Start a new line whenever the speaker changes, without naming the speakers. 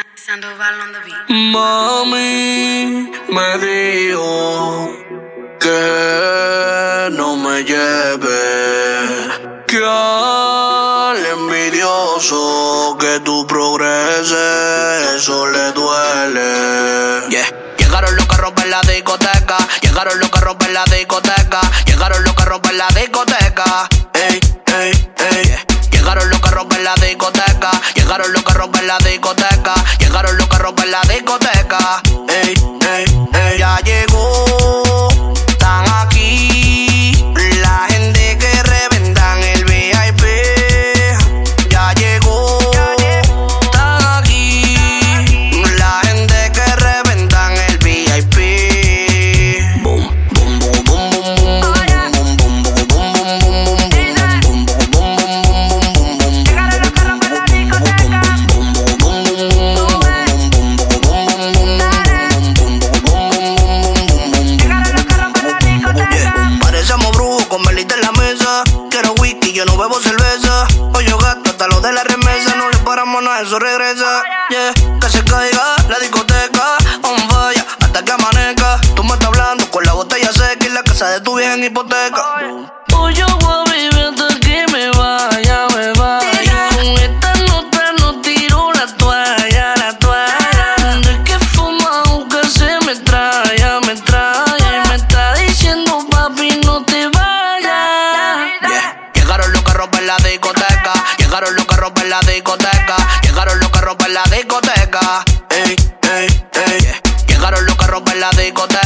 Sandoval on the beat.
Mami me dijo que no me lleve, que al envidioso que tú progreses, eso le duele. Yeah. Llegaron los que rompen la discoteca, llegaron los que rompen la discoteca, llegaron los que rompen la discoteca. Ey, ey, ey. Yeah. Llegaron los que rompen la discoteca, llegaron los que rompen la discoteca, llegaron los que rompen la discoteca. Ey, ey, ey. Ya llegó, están aquí. La gente que reventan el VIP. Ya llegó, están aquí. La gente que reventan el VIP. Boom, boom, boom, boom, boom, boom,
Ahora.
boom, boom, boom, boom, boom, boom, boom, boom.
Llegaron los que rompen la discoteca. Llegaron los que rompen la discoteca.
Parecemos brujos con velita en la mesa. Quiero whisky, yo no bebo cerveza. Hoy yo gasto hasta lo de la remesa. No le paramos nada, eso regresa. Yeah, que se caiga la discoteca. On falla hasta que amanezca. Tú me estás hablando con la botella seca y la casa de tu vieja en hipoteca. Hoy yo voy a vivir hasta que me vaya, me vaya. Con esta nota no tiro la toalla, la toalla. No es que fuma aunque se me traya, me traya. Y me está diciendo papi no te vayas. Llegaron los que rompen la discoteca, llegaron los que rompen la discoteca, llegaron los que rompen la discoteca. Ey, ey, ey. Llegaron los que rompen la discoteca.